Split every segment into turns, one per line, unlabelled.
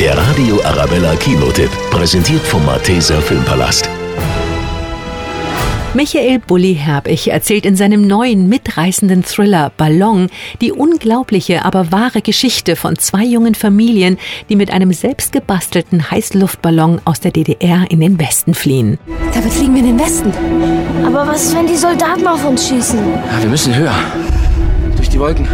Der Radio Arabella Kinotipp, präsentiert vom Malteser Filmpalast.
Michael Bulli Herbig erzählt in seinem neuen mitreißenden Thriller Ballon die unglaubliche, aber wahre Geschichte von zwei jungen Familien, die mit einem selbstgebastelten Heißluftballon aus der DDR in den Westen fliehen.
Damit fliegen wir in den Westen.
Aber was ist, wenn die Soldaten auf uns schießen?
Ja, Ah, wir müssen höher. Durch die Wolken.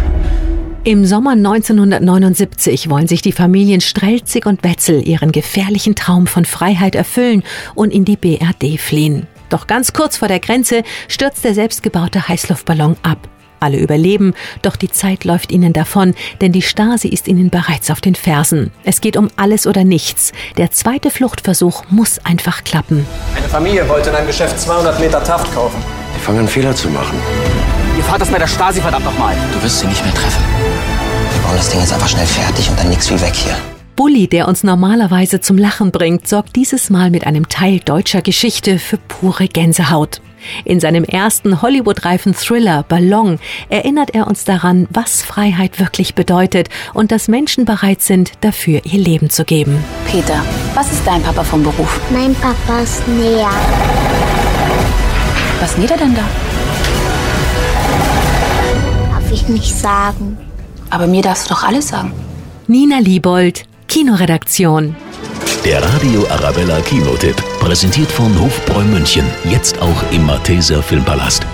Im Sommer 1979 wollen sich die Familien Strelzig und Wetzel ihren gefährlichen Traum von Freiheit erfüllen und in die BRD fliehen. Doch ganz kurz vor der Grenze stürzt der selbstgebaute Heißluftballon ab. Alle überleben, doch die Zeit läuft ihnen davon, denn die Stasi ist ihnen bereits auf den Fersen. Es geht um alles oder nichts. Der zweite Fluchtversuch muss einfach klappen.
Eine Familie wollte in einem Geschäft 200 Meter Taft kaufen.
Die fangen an, Fehler zu machen.
Ihr fahrt das bei der Stasi verdammt nochmal.
Du wirst sie nicht mehr treffen.
Wir bauen das Ding jetzt einfach schnell fertig und dann nix wie weg hier.
Bulli, der uns normalerweise zum Lachen bringt, sorgt dieses Mal mit einem Teil deutscher Geschichte für pure Gänsehaut. In seinem ersten Hollywood-reifen Thriller Ballon erinnert er uns daran, was Freiheit wirklich bedeutet und dass Menschen bereit sind, dafür ihr Leben zu geben.
Peter, was ist dein Papa vom Beruf?
Mein Papa ist näher.
Was näht er denn da?
Darf ich nicht sagen.
Aber mir darfst du doch alles sagen.
Nina Liebold, Kinoredaktion.
Der Radio Arabella Kinotipp, präsentiert von Hofbräu München, jetzt auch im Malteser Filmpalast.